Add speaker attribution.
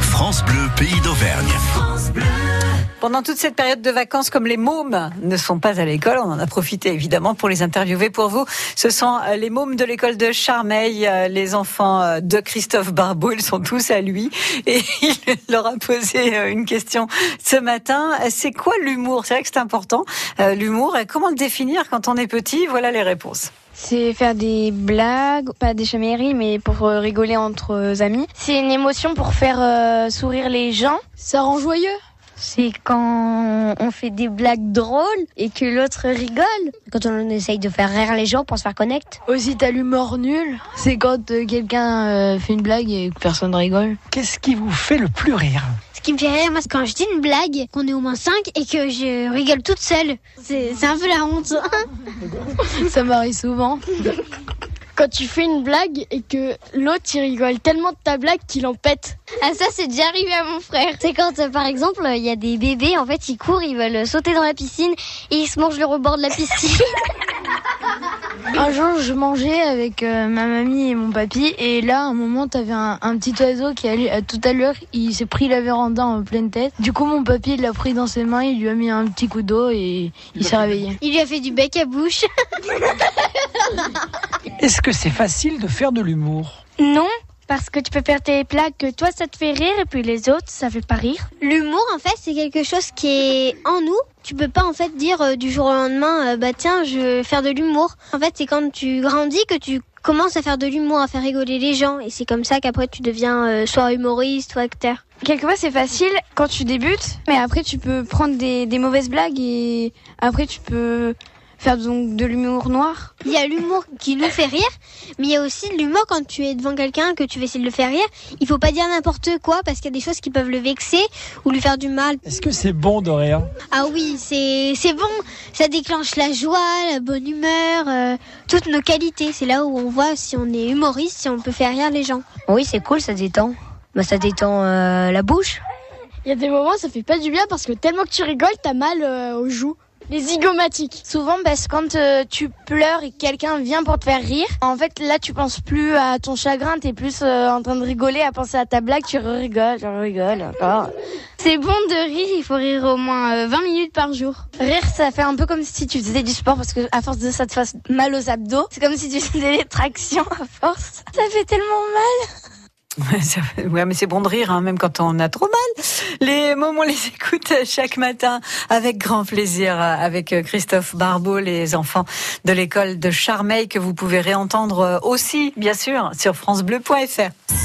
Speaker 1: France Bleu, pays d'Auvergne.
Speaker 2: Pendant toute cette période de vacances, comme les mômes ne sont pas à l'école, on en a profité évidemment pour les interviewer pour vous. Ce sont euh, les mômes de l'école de Charmeil, euh, les enfants euh, de Christophe Barbeau. Ils sont tous à lui et il leur a posé euh, une question ce matin. Euh, C'est quoi l'humour C'est vrai que c'est important. euh, L'humour, et comment le définir quand on est petit Voilà les réponses.
Speaker 3: C'est faire des blagues, pas des chaméries, mais pour euh, rigoler entre euh, amis.
Speaker 4: C'est une émotion pour faire euh, sourire les gens.
Speaker 5: Ça rend joyeux.
Speaker 6: C'est quand on fait des blagues drôles et que l'autre rigole. Quand on essaye de faire rire les gens pour se faire connect.
Speaker 5: Aussi, t'as l'humeur nul. C'est quand euh, quelqu'un euh, fait une blague et que personne rigole.
Speaker 7: Qu'est-ce qui vous fait le plus rire
Speaker 6: Ce qui me fait rire, moi, c'est quand je dis une blague, qu'on est au moins 5 et que je rigole toute seule. C'est c'est un peu la honte.
Speaker 5: Ça m'arrive souvent.
Speaker 4: Quand tu fais une blague et que l'autre il rigole tellement de ta blague qu'il en pète.
Speaker 6: Ah, ça, c'est déjà arrivé à mon frère. C'est quand, euh, par exemple, il y a des bébés, en fait, ils courent, ils veulent sauter dans la piscine et ils se mangent le rebord de la piscine.
Speaker 3: Un jour, je mangeais avec euh, ma mamie et mon papy, et là, à un moment, t'avais un, un petit oiseau qui allait à tout à l'heure, il s'est pris la véranda en pleine tête. Du coup, mon papy il l'a pris dans ses mains, il lui a mis un petit coup d'eau et il s'est réveillé.
Speaker 6: Il lui a fait du bec à bouche.
Speaker 7: Est-ce que c'est facile de faire de l'humour
Speaker 4: Non, parce que tu peux faire tes blagues que toi ça te fait rire et puis les autres ça fait pas rire.
Speaker 6: L'humour, en fait, c'est quelque chose qui est en nous. Tu peux pas, en fait, dire euh, du jour au lendemain, euh, bah tiens, je vais faire de l'humour. En fait, c'est quand tu grandis que tu commences à faire de l'humour, à faire rigoler les gens. Et c'est comme ça qu'après, tu deviens euh, soit humoriste, soit acteur.
Speaker 3: Quelquefois, c'est facile quand tu débutes, mais après, tu peux prendre des, des mauvaises blagues et après, tu peux faire donc de l'humour noir.
Speaker 6: Il y a l'humour qui nous fait rire, mais il y a aussi de l'humour quand tu es devant quelqu'un, que tu veux essayer de le faire rire. Il faut pas dire n'importe quoi, parce qu'il y a des choses qui peuvent le vexer ou lui faire du mal.
Speaker 7: Est-ce que c'est bon de rire
Speaker 6: Ah oui, c'est c'est bon, ça déclenche la joie, la bonne humeur, euh, toutes nos qualités. C'est là où on voit si on est humoriste, si on peut faire rire les gens.
Speaker 8: Oui, c'est cool, ça détend. Bah, ça détend euh, la bouche.
Speaker 4: Il y a des moments ça fait pas du bien parce que tellement que tu rigoles t'as mal euh, aux joues. Les zygomatiques.
Speaker 3: Souvent, parce quand euh, tu pleures et que quelqu'un vient pour te faire rire, en fait, là, tu penses plus à ton chagrin, t'es plus euh, en train de rigoler, à penser à ta blague, tu rigoles, tu rigoles encore. C'est bon de rire, il faut rire au moins euh, 20 minutes par jour. Rire, ça fait un peu comme si tu faisais du sport, parce que à force de ça, te fasse mal aux abdos. C'est comme si tu faisais des tractions à force. Ça fait tellement mal.
Speaker 2: Ouais, ça fait- ouais, mais c'est bon de rire, hein, même quand on a trop mal. Les moments, on les écoute chaque matin avec grand plaisir, euh, avec euh, Christophe Barbeau, les enfants de l'école de Charmeil, que vous pouvez réentendre euh, aussi, bien sûr, sur francebleu.fr.